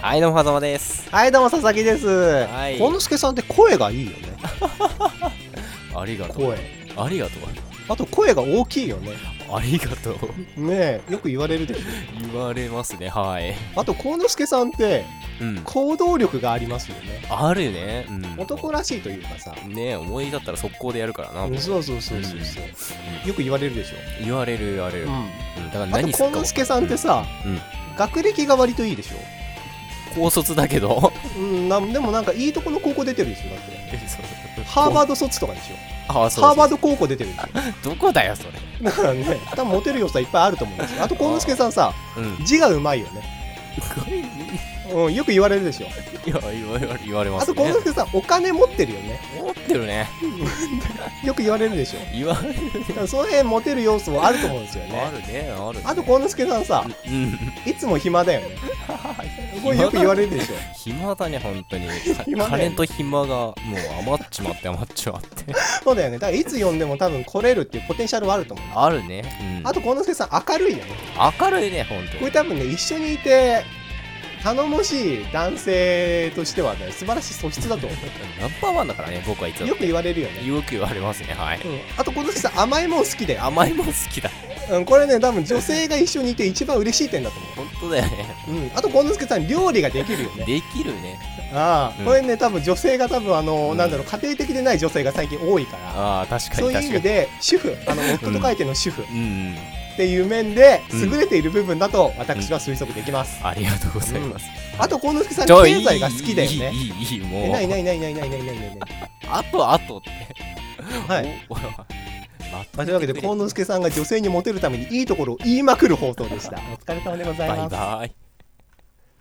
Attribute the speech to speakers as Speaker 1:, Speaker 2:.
Speaker 1: はいどうも狭間です
Speaker 2: はいどうも佐々木です。
Speaker 1: はい
Speaker 2: 小之助さんって声がいいよね。
Speaker 1: ありがとう
Speaker 2: 声。
Speaker 1: ありがと
Speaker 2: あと声が大きいよね。
Speaker 1: うありがとう
Speaker 2: ねえ、よく言われるでし
Speaker 1: 言われますねはい
Speaker 2: ょ。あと小之助さんって
Speaker 1: うん
Speaker 2: 行動力がありますよね。
Speaker 1: あるね、うん、
Speaker 2: 男らしいというかさ。
Speaker 1: ね思いだったら速攻でやるからな、
Speaker 2: そうそうそうそうそう。よく言われるでしょ。
Speaker 1: 言われる言われる、うん
Speaker 2: あ
Speaker 1: だから
Speaker 2: と
Speaker 1: 何す
Speaker 2: 小
Speaker 1: るか
Speaker 2: 之助さんってさ
Speaker 1: うんうん、
Speaker 2: 学歴が割といいでしょ。
Speaker 1: 高卒だけど
Speaker 2: うん、なんでもなんかいいとこの高校出てるでしょ。だって。 ハー バード卒とかでしょ。
Speaker 1: ああそう
Speaker 2: ハーバー
Speaker 1: ー
Speaker 2: ド高校出てるでしょ。
Speaker 1: ドどこだよそれ
Speaker 2: だからね、多分モテる要素はいっぱいあると思うんですよ。あと小之助さんさ、
Speaker 1: うん
Speaker 2: 字がうまいよね。うん、よく言われるでしょ。
Speaker 1: いや言われ言われま
Speaker 2: あ
Speaker 1: す
Speaker 2: と小
Speaker 1: ね
Speaker 2: 之助さんお金持ってる よね
Speaker 1: 持ってるね
Speaker 2: よく言われるでしょ
Speaker 1: 言われる
Speaker 2: だからその辺モテる要素はあると思うんですよ
Speaker 1: あ
Speaker 2: ね
Speaker 1: るねあるね
Speaker 2: あと小之助さんさ
Speaker 1: うん
Speaker 2: いつも暇だよねこれよく言われるでしょ
Speaker 1: 暇だね本当に
Speaker 2: 暇だよね
Speaker 1: 金と暇がもう余っちまって余っちまって
Speaker 2: そうだよねだからいつ呼んでも多分来れるっていうポテンシャルはあると思う
Speaker 1: あるね、うん、
Speaker 2: あと小之助さん明るいよね
Speaker 1: 明るいね本
Speaker 2: これ多分ね一緒にいて頼もしい男性としてはね素晴らしい素質だと思
Speaker 1: 当にナンバーワンだからね僕はいつ
Speaker 2: う
Speaker 1: も
Speaker 2: よく言われるよ ね、
Speaker 1: よく言われますねはい
Speaker 2: うん、あと小之助さん甘いもん好きだよ、
Speaker 1: 甘いもん好きだ
Speaker 2: うん、これね多分女性が一緒にいて一番嬉しい点だと思
Speaker 1: 本当だよね
Speaker 2: う、うん、あと小之助さん料理ができるよね
Speaker 1: できるね
Speaker 2: ああ、
Speaker 1: うん
Speaker 2: これね多分女性が多分あの、
Speaker 1: うん
Speaker 2: なんだろう家庭的でない女性が最近多いから、
Speaker 1: ああ確か
Speaker 2: そう
Speaker 1: に確
Speaker 2: い
Speaker 1: か
Speaker 2: う
Speaker 1: に
Speaker 2: 意味で主婦あの夫と書いての主婦っ
Speaker 1: うんうん
Speaker 2: ていう面で
Speaker 1: うん
Speaker 2: 優れている部分だと私は推測できます、
Speaker 1: ありがとうございます、
Speaker 2: あと幸之助さん
Speaker 1: ちょ
Speaker 2: 経済が好きだよね
Speaker 1: いいいいいいいいも
Speaker 2: え
Speaker 1: う
Speaker 2: ないないないないないないないない
Speaker 1: あとあとって
Speaker 2: はい
Speaker 1: おおいおいま
Speaker 2: まあ
Speaker 1: と
Speaker 2: というわけで幸之助さんが女性にモテるためにいいところを言いまくる放送でしたお疲れ様でござい
Speaker 1: バ
Speaker 2: ま
Speaker 1: イ
Speaker 2: す
Speaker 1: バイ